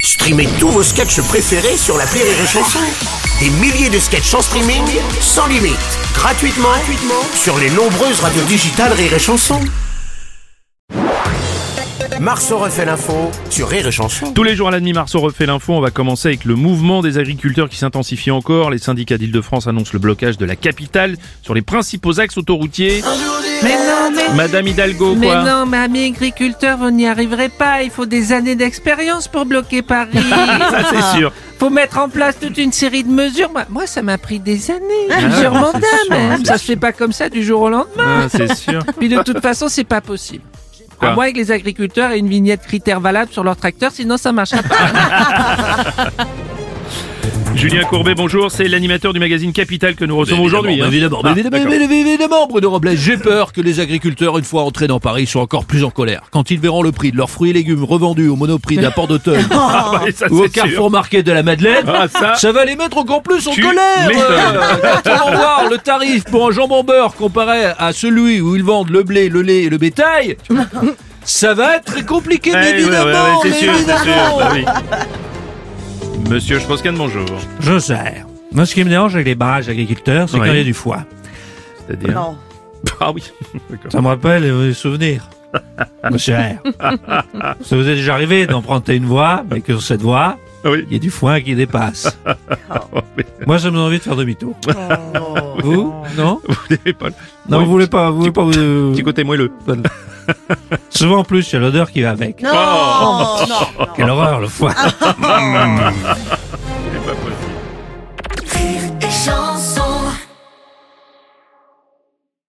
Streamez tous vos sketchs préférés sur la Rire et Chanson. Des milliers de sketchs en streaming, sans limite, gratuitement, gratuitement sur les nombreuses radios digitales Rire et Chanson. Marceau refait l'info sur Rire et Chanson. Tous les jours à la demi-mars, on refait l'info. On va commencer avec le mouvement des agriculteurs qui s'intensifie encore. Les syndicats d'Île-de-France annoncent le blocage de la capitale sur les principaux axes autoroutiers. Mais non, mais, Madame Hidalgo, mais quoi non, mais amis agriculteurs, vous n'y arriverez pas. Il faut des années d'expérience pour bloquer Paris. Ça, Ah. c'est sûr. Faut mettre en place toute une série de mesures. Moi, moi, ça m'a pris des années, plusieurs ouais, Ah, mandats c'est sûr, même. c'est Ça se fait pas comme ça du jour au lendemain. Ah, c'est sûr. Puis de toute façon, c'est pas possible. Quoi à moins que les agriculteurs aient une vignette critère valable sur leur tracteur, sinon ça marchera pas. Julien Courbet, bonjour. C'est l'animateur du magazine Capital que nous recevons Mais aujourd'hui. hein. Évidemment, mais Ah, évidemment, mais d'accord. évidemment, mais évidemment, Bruno Robles. J'ai peur que les agriculteurs, une fois entrés dans Paris, soient encore plus en colère. Quand ils verront le prix de leurs fruits et légumes revendus au monoprix de la Porte d'Auteuil Ah, ouais, ça, ou au c'est sûr. Carrefour Market de la Madeleine, Ah, ça- ça... va les mettre encore plus en Tu colère. m'étonnes. Euh, Quand ils vont voir le tarif pour un jambon beurre comparé à celui où ils vendent le blé, le lait et le bétail, ça va être très compliqué, mais Eh, Ouais, ouais, ouais, évidemment. ouais, c'est mais sûr, c'est sûr, évidemment. bah oui. Monsieur Strauss-Kahn, bonjour. Je sers. Moi, ce qui me dérange avec les barrages agriculteurs, c'est Oui. qu'il y a du foie. C'est-à-dire Ah oui, d'accord. Ça me rappelle euh, des souvenirs. Monsieur R. Ça vous est déjà arrivé d'emprunter une voie, mais que sur cette voie, Ah oui. Oh, il y a du foin qui dépasse. oui. Moi, ça me donne envie de faire demi-tour. Vous Non Vous n'avez pas le Non, Oui, vous voulez pas, vous voulez pas vous... petit côté moelleux. Souvent, Oh. en plus, il y a l'odeur qui va avec. Non, non, non. Quelle horreur, le foie.